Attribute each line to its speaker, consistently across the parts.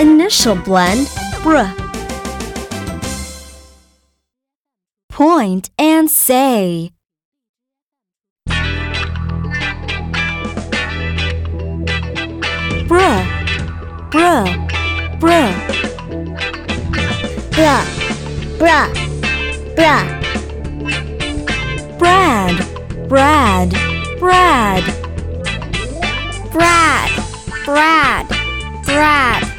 Speaker 1: initial blend, br. Point and say. Bruh, bruh, bruh. Bruh, bruh, bruh. Brad, Brad, Brad. Brad, Brad, Brad.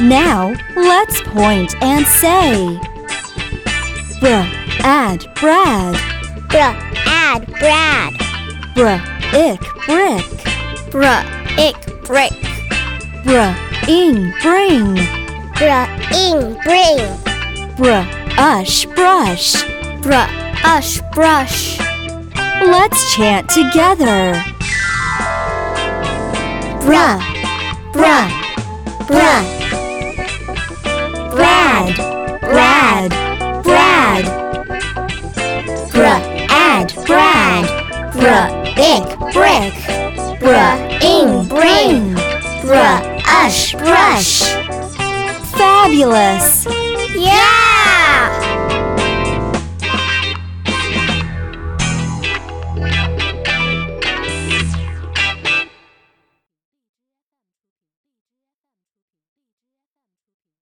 Speaker 1: Now let's point and say. Bruh, add Brad. Bruh, add Brad. Bruh, ick, brick. Bruh, ick, brick. Bruh, ing, bring. Bruh, ing, bring. Bruh, ush, brush. Bruh, ush, brush. Let's chant together. Bruh, bruh, bruh. Brad, Brad, Brad. Bruh, add, Brad. Bruh, ick, brick. Bruh, ing, bring. Bruh, ush, brush. Fabulous! Yeah!